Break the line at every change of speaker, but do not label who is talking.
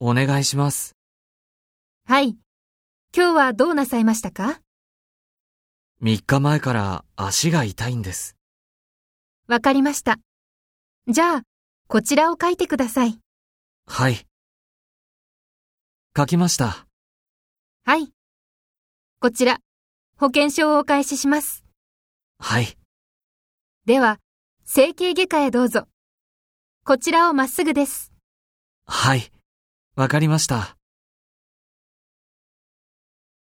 お願いします。
はい。今日はどうなさいましたか
3日前から足が痛いんです。
わかりました。じゃあ、こちらを書いてください。
はい。書きました。
はい。こちら、保険証をお返しします。
はい。
では、整形外科へどうぞ。こちらをまっすぐです。
はい。わかりました。